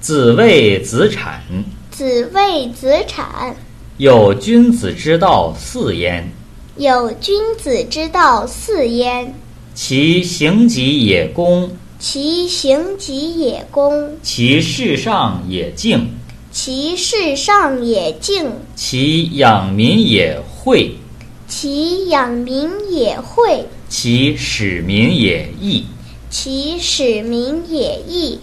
子谓子产，子谓子产，有君子之道四焉，有君子之道四焉：其行己也恭，其行己也恭，其事上也敬，其事上也敬，其养民也惠，其养民也惠，其使民也义。其使民也义。